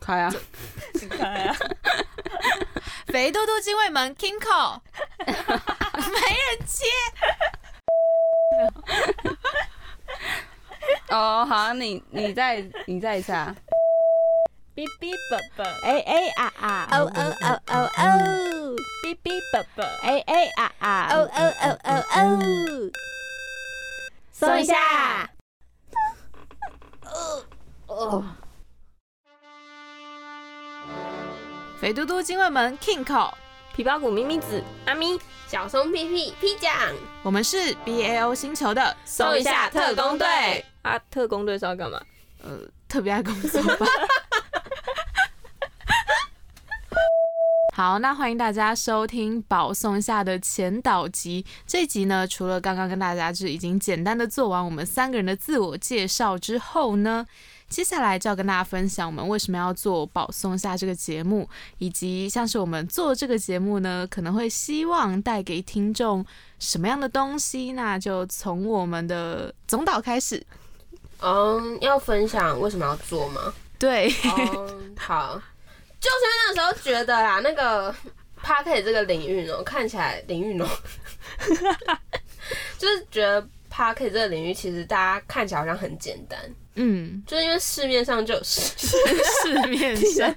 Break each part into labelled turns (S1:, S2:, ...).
S1: 开啊！
S2: 请开啊！
S3: 肥嘟嘟精卫门 Kingo，没人接。
S1: 哦，好，你你再你再一下。
S2: 哔哔啵啵，
S4: 哎哎啊啊，
S3: 哦哦哦哦哦，
S2: 哔哔啵啵，
S4: 哎哎啊啊，
S3: 哦哦哦哦哦，
S4: 松一下。
S3: 肥嘟嘟精卫门 Kingo，
S5: 皮包骨咪咪子阿咪，
S6: 小松屁屁屁酱，
S3: 我们是 BAO 星球的，
S5: 搜一下特工队。啊，特工队是要干嘛？
S3: 呃，特别爱工作吧。 好，那欢迎大家收听保送下的前导集。这集呢，除了刚刚跟大家就已经简单的做完我们三个人的自我介绍之后呢，接下来就要跟大家分享我们为什么要做保送下这个节目，以及像是我们做这个节目呢，可能会希望带给听众什么样的东西。那就从我们的总导开始。
S6: 嗯，要分享为什么要做吗？
S3: 对，
S6: 嗯，好，就是因为那时候觉得啦，那个 p a r k e t 这个领域呢，看起来领域呢，就是觉得 p a r k e t 这个领域其实大家看起来好像很简单，
S3: 嗯，
S6: 就是因为市 面上就有事，
S5: 啊
S3: 市面上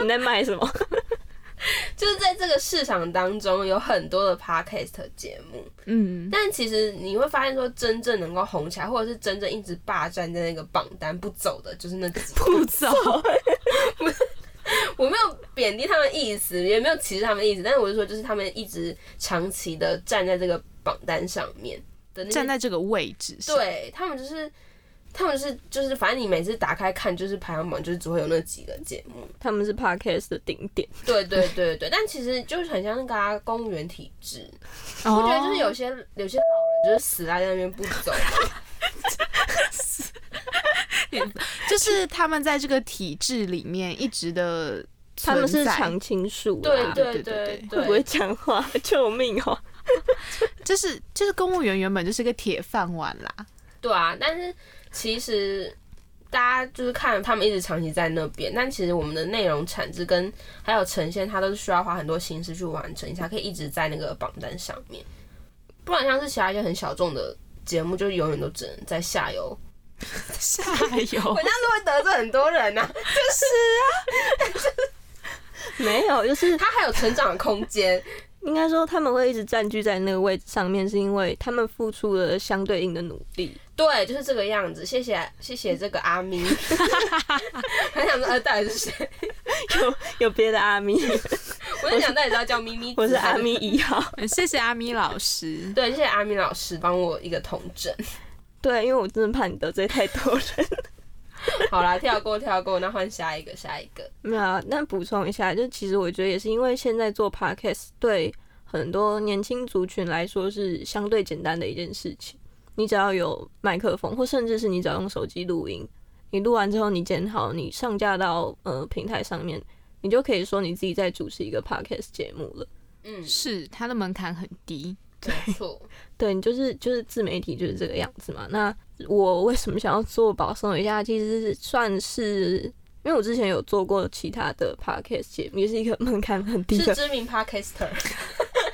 S5: 你在卖什么？
S6: 就是在这个市场当中有很多的 podcast 节目，
S3: 嗯
S6: 但其实你会发现说，真正能够红起来，或者是真正一直霸占在那个榜单不走的，就是那几 个。
S3: 不走，
S6: 我没有贬低他们意思，也没有歧视他们意思，但是我是说，就是他们一直长期的站在这个榜单上面的那些
S3: 站在这个位置上。，
S6: 对他们就是。他们就是就是，反正你每次打开看，就是排行榜，就是只会有那几个节目。
S5: 他们是 podcast 的顶点，
S6: 对对对对，但其实就是很像那个、啊、公务员体制，
S3: 我
S6: 我觉得就是
S3: 哦
S6: 有些有些老人就是死赖在那边不走。
S3: 就是他们在这个体制里面一直的
S5: 他们是
S3: 存在
S5: 常青树啦。
S6: 对
S3: 对对
S6: 对对
S5: 会
S6: 对，
S5: 不会讲话？救命哦！
S3: 就是就是公务员原本就是个铁饭碗 啦。
S6: 对啊，但是其实大家就是看他们一直长期在那边，但其实我们的内容产制跟还有呈现，它都是需要花很多心思去完成，才可以一直在那个榜单上面。不然像是其他一些很小众的节目，就永远都只能在下 游。
S3: 下游
S6: 我这样子会得罪很多人呐、啊
S5: 没有，就是
S6: 他还有成长空间。
S5: 应该说他们会一直占据在那个位置上面，是因为他们付出了相对应的努力。
S6: 对，就是这个样子。谢谢，谢谢这个阿咪。 很想说，呃，到底是谁？
S5: 有别的阿咪，
S6: 我在想，到底是要叫咪咪？
S5: 我是阿。咪一号。
S3: 谢谢阿咪老师，
S6: 对，谢谢阿咪老师帮我一个统整。
S5: 对，因为我真的怕你得罪太多人。
S6: 好啦，跳过跳过，那换下一个下一个。
S5: 没有啊，那补充一下，就其实我觉得也是因为现在做 podcast 对很多年轻族群来说是相对简单的一件事情。你只要有麦克风，或甚至是你只要用手机录音，你录完之后你剪好，你上架到呃平台上面，你就可以说你自己在主持一个 podcast 节目了。
S6: 嗯，
S3: 是他的门槛很 低。
S6: 没错。
S5: 对你就是就是自媒体就是这个样子嘛。那我为什么想要做保送一下？其实算是因为我之前有做过其他的 podcast 节目，也是一个 门槛很低
S6: 是
S5: 的。
S6: 知名 podcaster，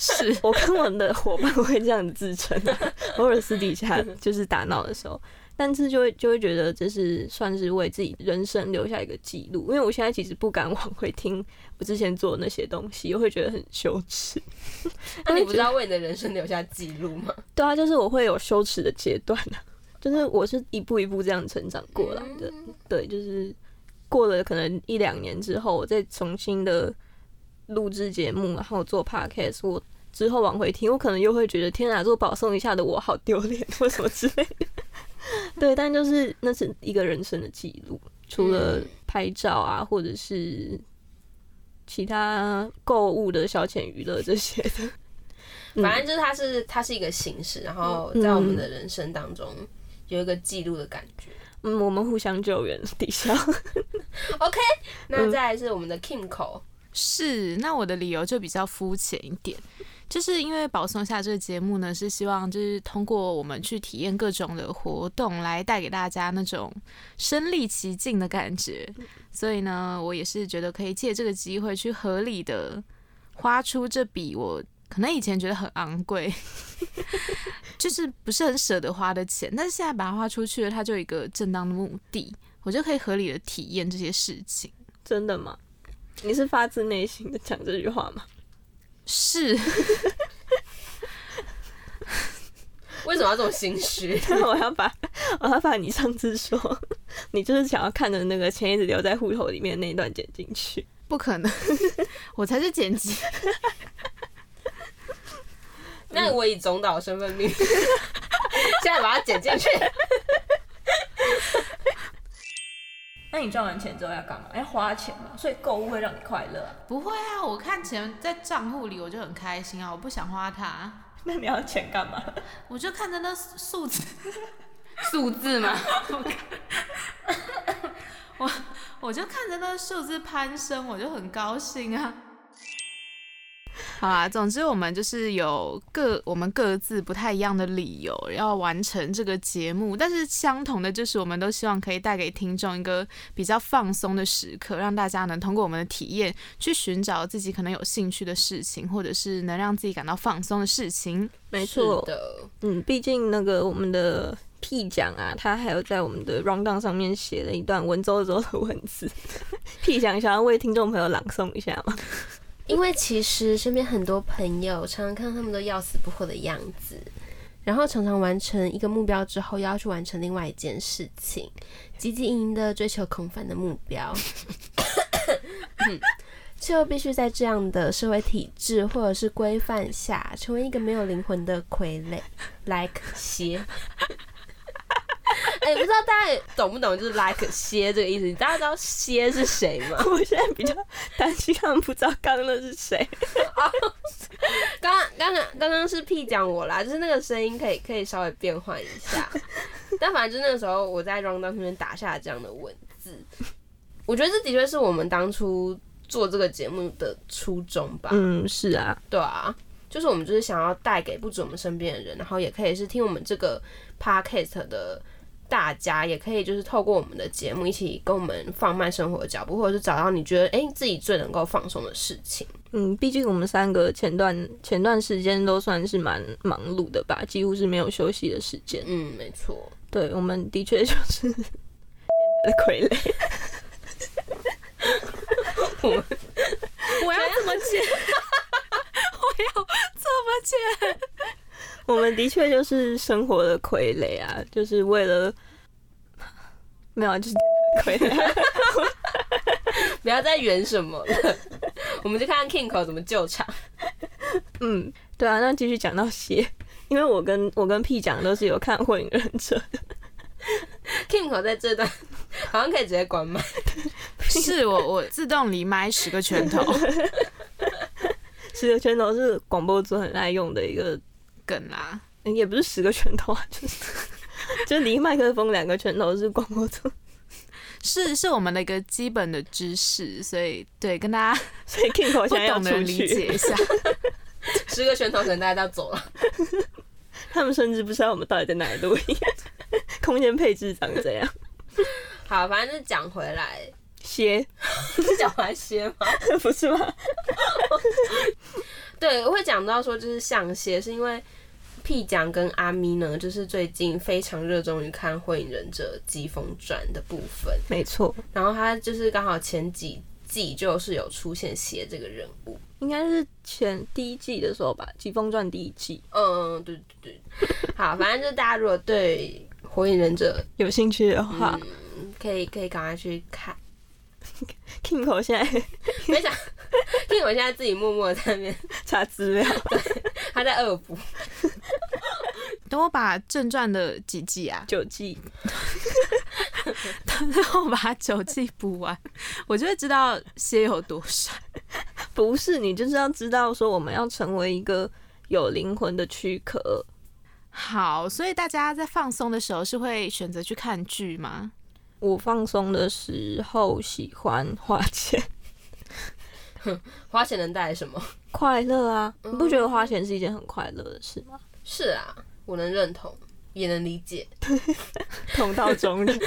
S3: 是，
S5: 我跟我的伙伴会这样自称、啊，偶尔私底下就是打闹的时候，但是就会就会觉得这是算是为自己人生留下一个记录。因为我现在其实不敢往回听我之前做的那些东西，我会觉得很羞耻。
S6: 那你不是要为你的人生留下记录吗？
S5: 对啊，就是我会有羞耻的阶段啊，就是我是一步一步这样成长过来的。
S6: 嗯
S5: 对，就是过了可能一两年之后，我再重新的录制节目，然后做 podcast，我之后往回听，我可能又会觉得天啊，做保送一下的我好丢脸， 或什么之类的。对，但就是那是一个人生的记录，除了拍照啊，或者是其他购物的消遣娱乐这些的。嗯
S6: 反正就是它是它是一个形式，然后在我们的人生当中有一个记录的感觉。
S5: 嗯，我们互相救援，抵消。
S6: OK，那再来是我们的 Kimco，
S3: 是，那我的理由就比较肤浅一点，就是因为保送下这个节目呢，是希望就是通过我们去体验各种的活动，来带给大家那种身临其境的感觉。所以呢，我也是觉得可以借这个机会去合理的花出这笔我可能以前觉得很昂贵， 就是不是很舍得花的钱，但是现在把它花出去了，它就有一个正当的目的，我就可以合理的体验这些事情。
S5: 真的吗？你是发自内心的讲这句话吗？
S3: 是，
S6: 为什么要这种 心虚？
S5: 我要把我要把你上次说 你就是想要看的那个钱一直留在户头里面的那一段剪进去。
S3: 不可能， 我才是剪辑。
S6: 那我以总导身份命令， 现在把它剪进去。
S2: 那你赚完钱之后要干嘛？要哎花钱嘛，所以购物会让你快 乐啊、
S3: 不会啊，我看钱在账户里我就很开心啊，我不想花它，
S2: 那你要钱干 嘛？
S3: 我就看着那数字， 数字嘛， 我我就看着那数字攀升，我就很高兴啊。好啊，总之我们就是有各我们各自不太一样的理由要完成这个节目，但是相同的就是我们都希望可以带给听众一个比较放松的时刻，让大家能通过我们的体验去寻找自己可能有兴趣的事情，或者是能让自己感到放松的事情。
S5: 没错
S6: 是，的，
S5: 嗯，毕竟那个我们的屁奖啊，他还有在我们的 round down 上面写了一段文绉绉的文字。 屁奖想要为听众朋友朗诵一下吗？
S6: 因为其实身边很多朋友常常看到他们都要死不活的样子，然后常常完成一个目标之后，又要去完成另外一件事情，汲汲营营的追求空泛的目标， 最后必须在这样的社会体制或者是规范下，成为一个没有灵魂的傀儡，like 蝎。哎、不知道大家懂不懂，就是 like 蝎这个意思？大家知道蝎是谁吗？
S5: 我现在比较担心他们不知道刚刚那是谁。
S6: 刚刚刚刚刚是屁讲我啦，就是那个声音可以可以稍微变换一 下，但反正就那个时候我在 round down 上面打下这样的文字，我觉得这的确是我们当初做这个节目的初衷吧，
S5: 嗯，是啊，
S6: 对啊，就是我们就是想要带给不止我们身边的人，然后也可以是听我们这个 podcast 的。大家也可以就是透过我们的节目一起跟我们放慢生活的脚步，或者是找到你觉得哎、诶自己最能够放松的事情。
S5: 嗯，毕竟我们三个前段前段时间都算是蛮忙碌的吧，几乎是没有休息的时间。
S6: 嗯，没错。
S5: 对，我们的确就是电台的傀儡。
S3: 我要怎么剪？我要怎么剪？
S5: 我们的确就是生活的傀儡啊，就是为了 没有啊，就是电台的傀儡啊、
S6: 不要再圆什么 了，我们就看看 Kingo 怎么救场。
S5: 嗯，对啊，那继续讲到鞋，因为我跟我跟屁讲都是有看《火影忍者》的，
S6: Kingo 在这段好像可以直接关麦，
S3: 是我我自动离麦十个 拳头
S5: 十个拳头是广播组很爱用的一个，
S3: 梗啊啦。
S5: 嗯也不是十个拳头啊，就是就离麦克风两个拳头是广播组，
S3: 是是我们的一个基本的知识，所以对跟 大家
S5: 所以 Kingo
S3: 不
S5: 现在要
S3: 懂的
S5: 出
S3: 人理解
S5: 去，
S3: 一下。
S6: 十个拳头可能大家都要走了。
S5: 他们甚至不知道我们到底在哪里录音，空间配置长怎样，
S6: 好，反正就讲回来，
S5: 鞋
S6: 是讲完蝎吗？
S5: 不是吗？
S6: 对，我会讲到说就是象蝎，是因为屁讲跟阿咪呢，就是最近非常热衷于看《火影忍者疾风传》的部分，
S5: 没错，
S6: 然后他就是刚好前几季就是有出现蝎这个人物。
S5: 应该是前第一季的时候吧，《疾风传》第一季
S6: 嗯，对对对，好，反正就大家如果对《火影忍者
S5: 有兴趣的》话、
S6: 嗯，可以可以赶快去看。
S5: k i n g o 现 在
S6: 没想， 因为我现在自己默默地在那边，
S5: 查资料，
S6: 他在恶补。
S3: 等我把正传的几季啊，
S5: 九季
S3: 然后把它九季补完， 我就会知道蝎有多帅。
S5: 不是，你就是要知道说我们要成为一个有灵魂的躯壳。
S3: 好，所以大家在放松的时候是会选择去看剧吗？
S5: 我放松的时候喜欢花钱，
S6: 花钱能带来什么？
S5: 快乐啊！你不觉得花钱是一件很快乐的事吗？
S6: 是啊，我能认同，也能理解。
S5: 同道中人。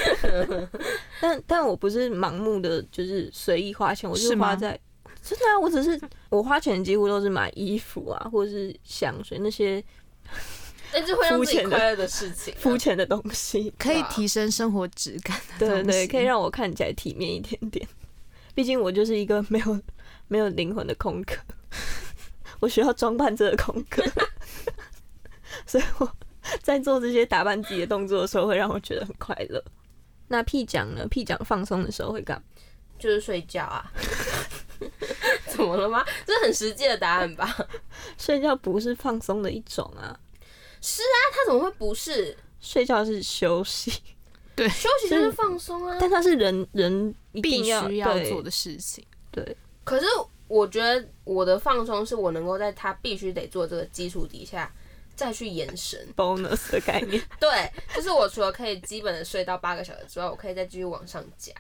S5: 但但我不是盲目的，就是随意花钱，我就是是
S3: 吗
S5: 花在。真的啊，我只是我花钱几乎都是买衣服啊，或者是香水那些
S6: 但是会让自
S5: 肤
S6: 己
S5: 浅的
S6: 快乐的事情啊、
S5: 肤浅的东西。
S3: 可以
S6: 吧
S3: 提升生活质感的
S5: 对
S3: 东
S5: 对对，
S3: 西。
S5: 可以让我看起来体面一点点。毕竟我就是一个没有 没有灵魂的空壳， 我需要装扮这个空壳， 所以我在做这些打扮自己的动作的时候，会让我觉得很快乐。那屁讲呢？屁讲放松的时候会干嘛？
S6: 就是睡觉啊。 怎么了吗？这很实际的答案吧？
S5: 睡觉不是放松的一种啊，
S6: 他怎么会不是？
S5: 睡觉是休息，
S6: 休息就是放松啊。
S5: 但它是人人一
S3: 必
S5: 定要
S3: 须要
S5: 对
S3: 做的事情。
S5: 对，
S6: 可是我觉得我的放松是我能够在他必须得做这个基础底下再去延伸。
S5: bonus 的概念，
S6: 对，就是我除了可以基本的睡到八个小时之外，我可以再继续往上加，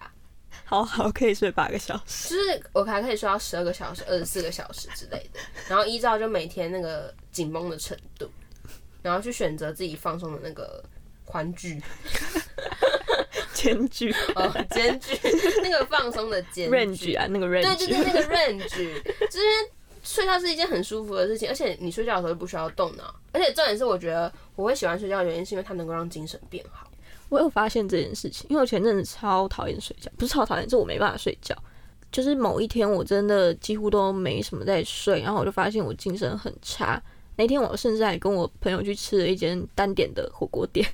S5: 好好可以睡八个小时。
S6: 就是我还可以睡到十二个小时、二十四个小时之类的。然后依照就每天那个紧绷的程度，然后去选择自己放松的那个宽距。
S5: 间距
S6: 哦，间距 那个放松的间距
S5: range 啊，那个 range，
S6: 对，就是那个 range，就是睡觉是一件很舒服的事情，而且你睡觉的时候不需要动脑，而且重点是我觉得我会喜欢睡觉的原因是因为它能够让精神变好。
S5: 我有发现这件事情，因为我前阵子超讨厌睡觉，不是超讨厌，是我没办法睡觉。就是某一天我真的几乎都没什么在睡，然后我就发现我精神很差。那天我甚至还跟我朋友去吃了一间单点的火锅店，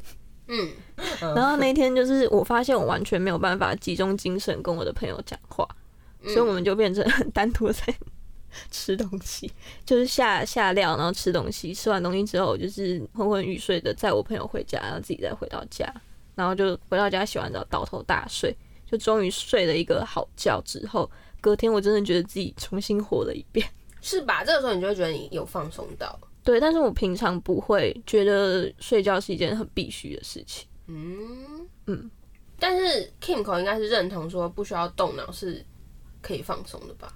S6: 嗯，
S5: 然后那天就是我发现我完全没有办法集中精神跟我的朋友讲话，
S6: 嗯
S5: 所以我们就变成很单独的在吃东西，就是下下料，然后吃东西。吃完东西之后，我就是昏昏欲睡的载我朋友回家，然后自己再回到家，然后就回到家洗完澡倒头大睡，就终于睡了一个好觉之后，隔天我真的觉得自己重新活了一遍。
S6: 是吧？这个时候你就会觉得你有放松到，
S5: 对，但是我平常不会觉得睡觉是一件很必须的事情。
S6: 嗯
S5: 嗯。
S6: 但是 Kimco 应该是认同说不需要动脑是可以放松的吧？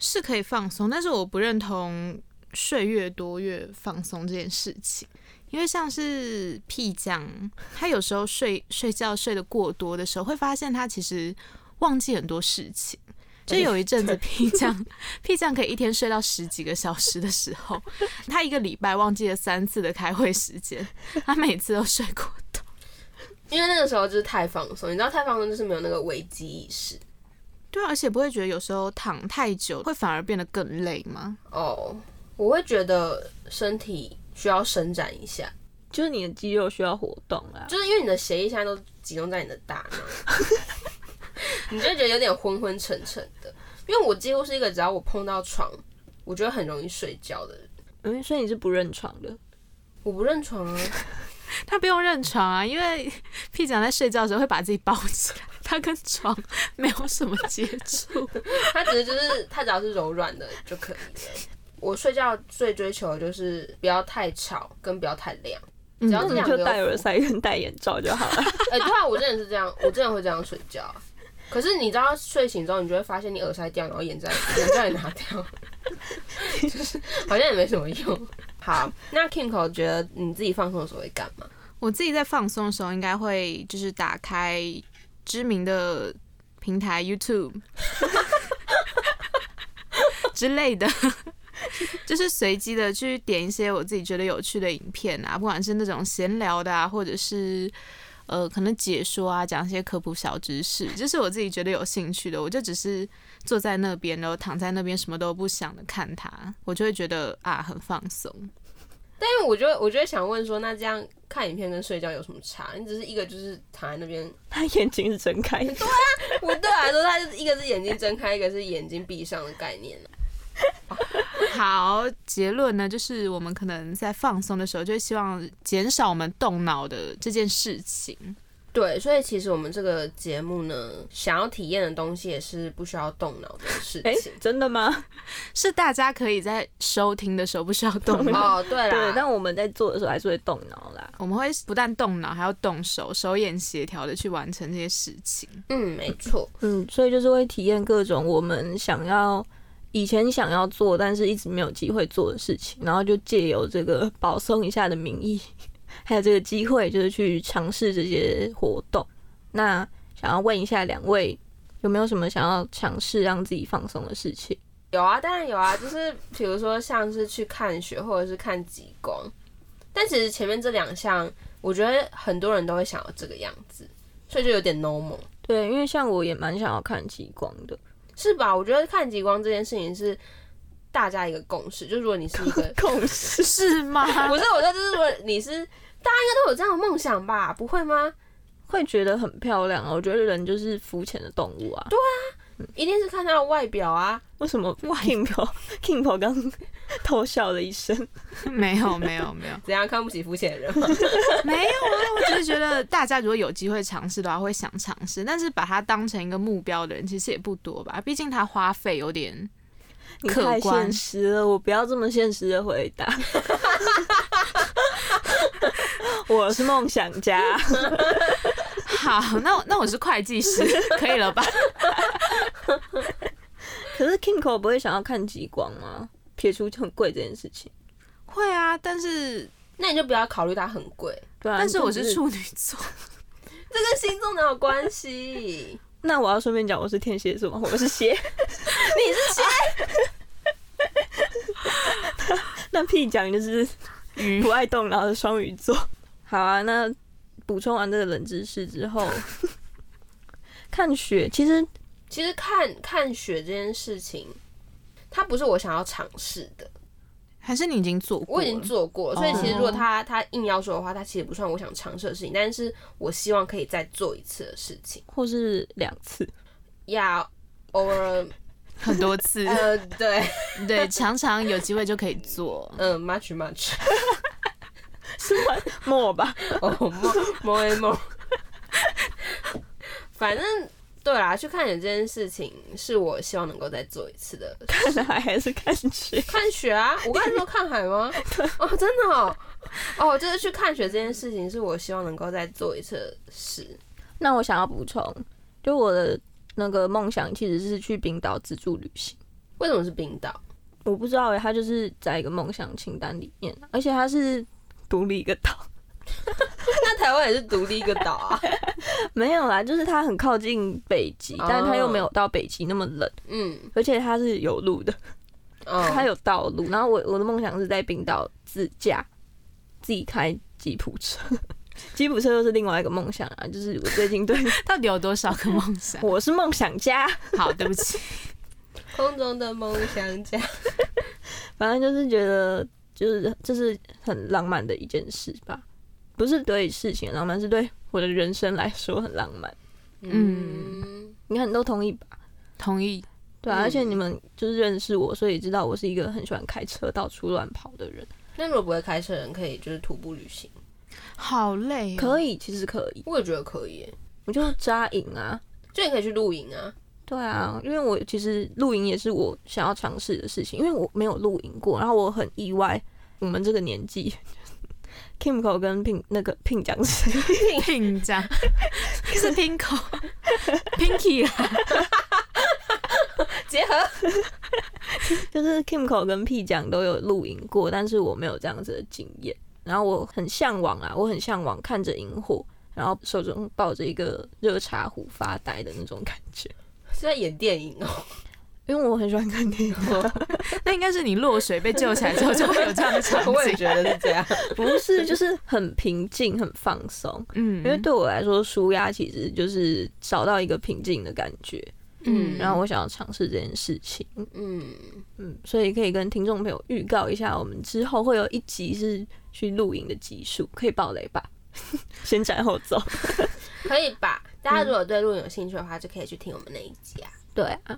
S3: 是可以放松，但是我不认同睡越多越放松这件事情，因为像是屁酱，他有时候睡睡觉睡得过多的时候，会发现他其实忘记很多事情。就有一阵子，屁酱屁酱可以一天睡到十几个小时的时候，他一个礼拜忘记了三次的开会时间，他每次都睡过头。
S6: 因为那个时候就是太放松，你知道太放松就是没有那个危机意识
S3: 对啊，而且不会觉得有时候躺太久会反而变得更累吗？
S6: 哦。我会觉得身体需要伸展一下，
S5: 就是你的肌肉需要活动啊啦，
S6: 就是因为你的血液现在都集中在你的大脑，你就会觉得有点昏昏沉沉的。因为我几乎是一个只要我碰到床，我觉得很容易睡觉的人。
S5: 嗯，所以你是不认床的，
S6: 我不认床啊，
S3: 他不用认床啊，因为 屁讲在睡觉的时候会把自己抱起来，他跟床没有什么接触。
S6: 它只是就是它只要是柔软的就可以了。我睡觉最追求的就是不要太吵，跟不要太亮。
S3: 嗯
S6: 只要
S5: 那
S6: 这
S5: 你
S6: 两
S5: 就
S6: 个有
S5: 戴耳
S6: 符
S5: 塞跟戴眼罩就好了。
S6: 哎、对啊，我真的是这样，我真的会这样睡觉。可是你知道，睡醒之后，你就会发现你耳塞掉，然后眼罩眼罩也拿掉，就是好像也没什么用。好，那 Kimco 觉得你自己放松的时候会干嘛？
S3: 我自己在放松的时候，应该会就是打开知名的平台 YouTube 之类的，就是随机的去点一些我自己觉得有趣的影片啊，不管是那种闲聊的啊，或者是。呃，可能解说啊，讲一些科普小知识，这是我自己觉得有兴趣的。我就只是坐在那边，然后躺在那边，什么都不想的看它，我就会觉得啊，很放松。
S6: 但是我就我就会想问说，那这样看影片跟睡觉有什么差？你只是一个就是躺在那边，
S5: 他眼睛是睁开的，
S6: 我对我来说，它就是一个是眼睛睁开，一个是眼睛闭上的概念啊
S3: 好，结论呢，就是我们可能在放松的时候，就会希望减少我们动脑的这件事情。
S6: 对，所以其实我们这个节目呢，想要体验的东西也是不需要动脑的事
S5: 哎、
S6: 情。
S5: 真的吗？
S3: 是大家可以在收听的时候不需要动 脑，
S6: 哦，对啦，
S5: 对，但我们在做的时候还是会动脑啦。
S3: 我们会不但动脑，还要动手，手眼协调的去完成这些事情。
S6: 嗯，没错。
S5: 嗯，所以就是会体验各种我们想要以前想要做，但是一直没有机会做的事情，然后就借由这个保送一下的名义， 还有这个机会，就是去尝试这些活动。那想要问一下两位，有没有什么想要尝试让自己放松的事情？
S6: 有啊，当然有啊，就是比如说像是去看雪或者是看极光，但其实前面这两项，我觉得很多人都会想要这个样子，所以就有点 normal，
S5: 对，因为像我也蛮想要看极光的，
S6: 是吧？我觉得看极光这件事情是大家一个共识，就如果你是一 个，
S5: 共识
S3: 是吗？
S6: 不是我说就是如果你是，大家应该都有这样的梦想吧？不会吗？
S5: 会觉得很漂亮啊。我觉得人就是肤浅的动物啊。
S6: 一定是看他的外表啊，
S5: 为什么 King Po King Po 刚偷笑了一声？
S3: 没有没有没有
S6: 怎样看不起肤浅的人吗？
S3: 没有啊！我只是觉得大家如果有机会尝试的话，会想尝试，但是把它当成一个目标的人其实也不多吧，毕竟它花费有点
S5: 你
S3: 客
S5: 太
S3: 观
S5: 现实了，我不要这么现实的回 答。 我是梦想家，
S3: 好。那我那我是会计师，可以了吧？
S5: 可是 King Po 不会想要看极光吗？撇除很贵这件事情，
S3: 会啊，但是
S6: 那你就不要考虑它很贵，
S5: 对啊。
S3: 但是我是
S5: 处，
S3: 处女座，
S6: 这跟星座哪有关系？
S5: 那我要顺便讲，我是天蝎座吗？我 是蝎，
S6: 你是蝎
S5: 那屁讲就是
S3: 鱼
S5: 不爱动，然后是双鱼座。好啊，那补充完这个冷知识之 后，看雪其实
S6: 其实看看雪这件事情，它不是我想要尝试的，
S3: 还是你已经做过？
S6: 我已经。做过，所以其实如果他他硬要说的话，他其实不算我想尝试的事情，但是我希望可以再做一次的事情，
S5: 或是两 次，
S6: 呀，偶尔
S3: 很多次，
S6: 呃对，
S3: 对，常常有机会就可以做。
S6: 嗯，much much，
S5: 是吗？莫吧，
S6: 哦梦梦一梦， 反正对啦，去看雪这件事情是我希望能够再做一次的。
S5: 看来还是看雪。
S6: 看雪啊！我刚才说看海 吗？哦，真的哦，哦，就是去看雪这件事情，是我希望能够再做一次的事。
S5: 那我想要补充，就我的那个梦想其实是去冰岛自助旅行。
S6: 为什么是冰岛？
S5: 我不知道欸诶、它就是在一个梦想清单里面，而且它是独立一个岛，
S6: 那台湾也是独立一个岛 啊。
S5: 没有啦，就是它很靠近北极，但它又没有到北极那么冷，
S6: 嗯，
S5: 而且它是有路的，
S6: 哦，
S5: 它有道路。然后我我的梦想是在冰岛自驾，自己开吉普车。 吉普车又是另外一个梦想啊，就是我最近对
S3: 到底有多少个梦想？
S5: 我是梦想家，
S3: 好，对不起，
S6: 空中的梦想家。
S5: 反正就是觉得就是这是很浪漫的一件事吧，不是对事情很浪漫，是对我的人生来说很浪漫。
S6: 嗯，
S5: 你看你都同意吧？
S3: 同意。
S5: 对啊，
S6: 嗯
S5: 而且你们就是认识我，所以知道我是一个很喜欢开车到处乱跑的人。
S6: 那如果不会开车的人，可以就是徒步旅行，
S3: 好累、哦，
S5: 可以，其实可以，
S6: 我也觉得可以耶。
S5: 我就扎营啊。
S6: 就你可以去露营啊。
S5: 对啊，因为我其实露营也是我想要尝试的事情，因为我没有露营过，然后我很意外，我们这个年纪，Kimco 跟 Pin 那个 Pin 讲师，
S3: 拼这样，是 Pinko Pinky 啊啦，
S6: 结合
S5: 就是 Kimco 跟 P 讲都有露营过，但是我没有这样子的经验。然后我很向往啊，我很向往看着萤火，然后手中抱着一个热茶壶发呆的那种感觉，
S6: 是在演电影哦。
S5: 因为我很喜欢看电影。
S3: 那应该是你落水被救起来之后就会有这样的场
S6: 我也
S3: 景。
S6: 觉得是这样。
S5: 不是，就是很平静、很放松。
S3: 嗯，
S5: 因为对我来说，舒压其实就是找到一个平静的感觉。
S3: 嗯
S5: 然后我想要尝试这件事情，
S6: 嗯，
S5: 嗯，所以可以跟听众朋友预告一下，我们之后会有一集是去露营的集数，可以爆雷吧？ 先斩后奏。
S6: 可以吧？大家如果对露营有兴趣的话，就可以去听我们那一集啊。
S5: 对啊，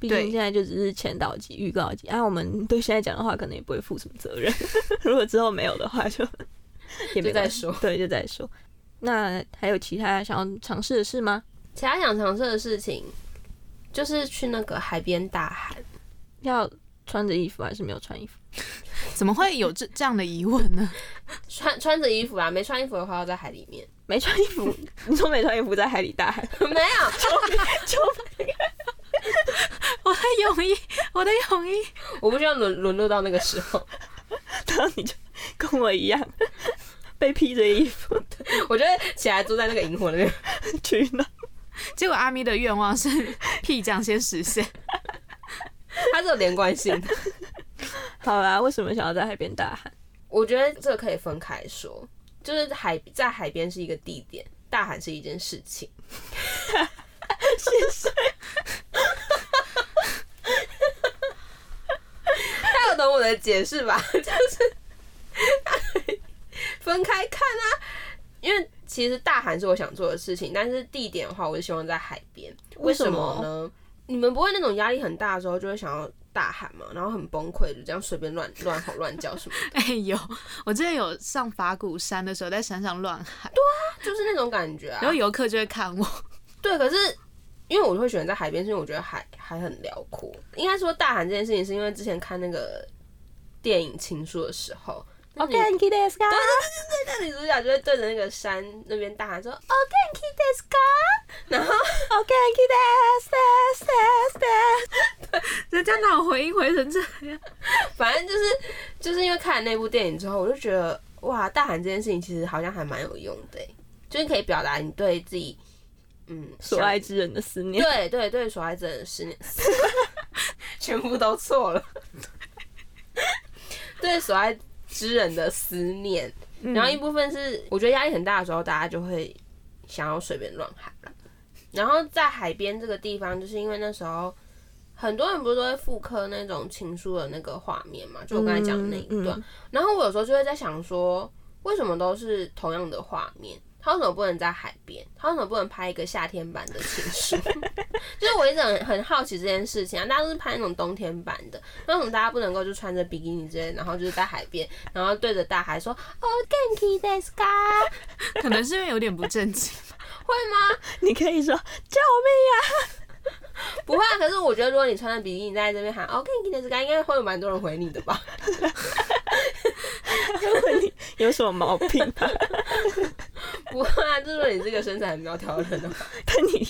S5: 毕竟
S3: 对
S5: 现在就只是前导集、预告集啊。我们对现在讲的话，可能也不会负什么责任。 如果之后没有的话就， 也没
S6: 就再
S5: 关系
S6: 说
S5: 对，就再说。那还有其他想要尝试的事吗？
S6: 其他想尝试的事情，就是去那个海边大喊。
S5: 要穿着衣服还是没有穿衣服？
S3: 怎么会有这这样的疑问呢？
S6: 穿穿着衣服啊，没穿衣服的话要在海里面。
S5: 没穿衣服， 你说没穿衣服在海里大喊，
S6: 没有，
S3: 我在泳衣，我的泳衣，
S6: 我不需要沦沦落到那个时候。
S5: 然后你就跟我一样 被披着衣服
S6: 我觉得起来坐在那个萤火那边，
S5: 取暖。
S3: 结果阿咪的愿望是屁酱先实现。
S6: 它是有连贯性的。
S5: 好啦，为什么想要在海边大喊？
S6: 我觉得这个可以分开说，就是海在海边是一个地点，大喊是一件事情。 谢谢。大家有懂我的解释吧？ 就是 分开看啊，因为其实大喊是我想做的事情，但是地点的话，我就希望在海边。为
S5: 为什
S6: 什
S5: 么
S6: 么呢？你们不会那种压力很大的时候就会想要大喊嘛，然后很崩溃，就这样随便乱乱吼乱叫什么的
S3: 哎呦，我之前有上法鼓山的时候，在山上乱喊，
S6: 就是那种感觉啊。
S3: 然后游客就会 看我。
S6: 对，可是因为我会喜欢在海边，是因为我觉得海海很辽阔。应该说大喊这件事情，是因为之前看那个电影《情书》的时候，那女那女主角就会对着那个山那边大喊说啊 “OK, kiss g 然后
S3: 人家哪
S5: 哦
S3: 有回应回成这样？
S6: 反正就是就是因为看了那部电影之后，我就觉得哇，大喊这件事情其实好像还蛮有用的欸，就是可以表达你对自己嗯
S5: 所
S6: 想
S5: 爱之人的思念。
S6: 对对对，所爱之人的思念， 全部都错了。对所爱之人的思念，
S5: 嗯
S6: 然后一部分是我觉得压力很大的时候，大家就会想要随便乱喊了。然后在海边这个地方，就是因为那时候很多人不是都会复刻那种情书的那个画面嘛，就我刚才讲的那一段。
S5: 嗯嗯
S6: 然后我有时候就会在想说，为什么都是同样的画面？他为什么不能在海边？他为什么不能拍一个夏天版的情书？ 就是我一直很很好奇这件事情啊，大家都是拍那种冬天版的，那为什么大家不能够就穿着比基尼之类，然后就是在海边，然后对着大海说“哦，ganky d e s k
S3: 可能是因为有点不 正经。
S6: 会吗？
S5: 你可以说救
S6: 不会、啊。可是我觉得，如果你穿着比基尼在这边喊“哦，ganky d e s k 应该会有蛮多人回你的吧？
S5: 命！你有什么毛病吧？
S6: 不会啊，就是说你这个身材很苗条的人的话
S5: 但你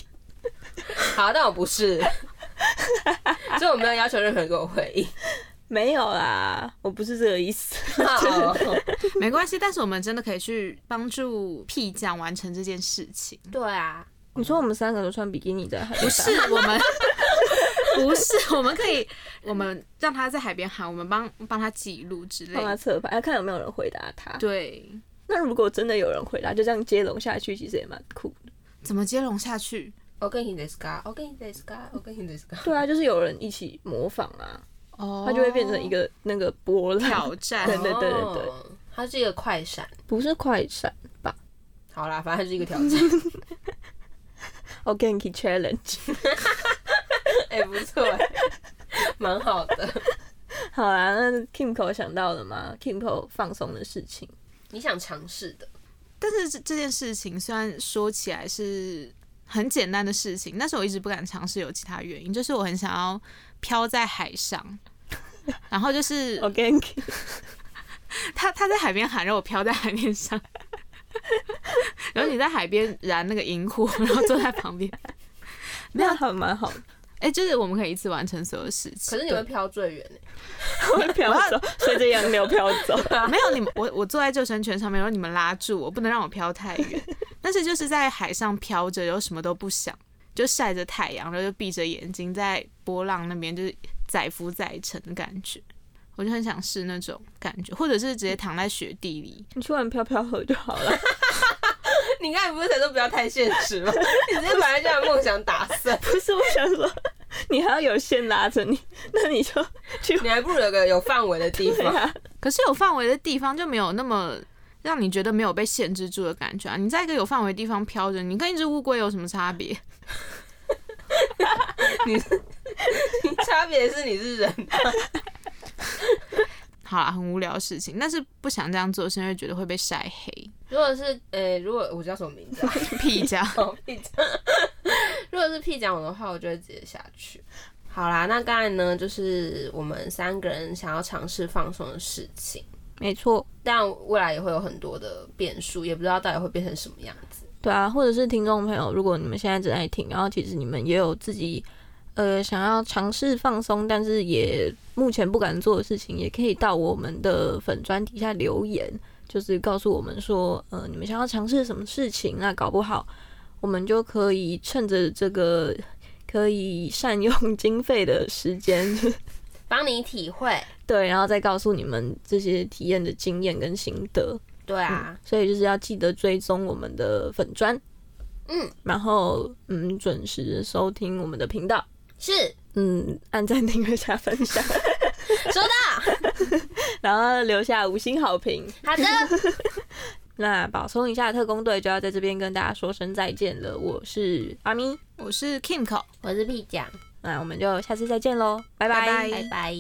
S6: 好，但我 不是，所以我没有要求任何人给我回 应。
S5: 没有啦，我不是这个意思。
S6: 好
S3: 没关系，但是我们真的可以去帮助屁酱完成这件事情。
S6: 对啊，
S5: 你说我们三个都穿比基尼在海边，
S3: 不是我们， 不是我们可以，我们让他在海边喊，我们帮帮他记录之类
S5: 帮他
S3: 的。
S5: 侧拍，看有没有人回答他。
S3: 对，
S5: 那如果真的有人回答，就这样接龙下去，其实也蛮酷的。
S3: 怎么接龙下去？
S6: 我跟你 d e s k 我跟你 d e s k 我跟你 d e s k
S5: 对啊，就是有人一起模仿啊，
S3: 哦，
S5: 它就会变成一个那个波浪，
S3: 挑战。
S5: 对对对对对，
S6: 哦它是一个快闪。
S5: 不是快闪吧
S6: 好啦，反正它是一个挑 战。
S5: ？Organic challenge。
S6: 哎、不错、欸，蛮好的。
S5: 好啦，那 Kimco 想到了吗？Kimco 放松的事情，
S6: 你想尝试的，
S3: 但是这这件事情虽然说起来是很简单的事情，但是我一直不敢尝试，有其他原因，就是我很想要飘在海上，然后就是
S5: Organic
S3: 他他在海边喊，让我飘在海面上， 然后你在海边燃那个萤火，然后坐在旁边，没有
S5: 那还蛮好的，
S3: 哎、就是我们可以一次完成所有事情。
S6: 可是你会飘最远、欸、
S5: 会 飘走，随着洋流飘走。
S3: 没有你们，我我坐在救生圈上面，然后你们拉住我，不能让我飘太远。但是就是在海上飘着，然后什么都不想，就晒着太阳，然后就闭着眼睛在波浪那边就是载浮载沉的感觉。我就很想试那种感觉，或者是直接躺在雪地里。
S5: 你去玩飘飘河就好 了，
S6: 你刚才不是才说不要太现实吗？ 你直接把人家的梦想打 碎，
S5: 不是我想说，你还要有线拉着你，那你就
S6: 你还不如有个有范围的地
S5: 对
S6: 方。
S5: 啊，
S3: 可是有范围的地方就没有那么让你觉得没有被限制住的感觉啊！你在一个有范围的地方飘着，你跟一只乌龟有什么差别？
S6: 差别是你是人，
S3: 好啦，很无聊的事情，但是不想这样做，是因为觉得会被晒黑。
S6: 如果是呃、如果我叫什么名 字啊？
S3: 屁这样。
S6: 哦屁讲。 如果是屁讲我的话，我就会直接下去。好啦，那刚才呢，就是我们三个人想要尝试放松的事情，
S5: 没错。
S6: 但未来也会有很多的变数，也不知道到底会变成什么样子。
S5: 对啊，或者是听众朋友，如果你们现在正在听，然后其实你们也有自己呃想要尝试放松，但是也目前不敢做的事情，也可以到我们的粉砖底下留言，就是告诉我们说，呃，你们想要尝试什么事情，那搞不好我们就可以趁着这个可以善用经费的时间，
S6: 帮你体会。
S5: 对，然后再告诉你们这些体验的经验跟心得。
S6: 对啊，
S5: 嗯所以就是要记得追踪我们的粉砖，
S6: 嗯，
S5: 然后嗯准时收听我们的频道，
S6: 是
S5: 嗯按赞、订阅、加分 享，
S6: 收到。
S5: 然后留下五星好评。
S6: 好 的，
S5: 那保送一下特工队就要在这边跟大家说声再见了，我是阿咪，
S3: 我是 Kimco。
S6: 我是屁酱，
S5: 那我们就下次再见喽，拜
S6: 拜拜。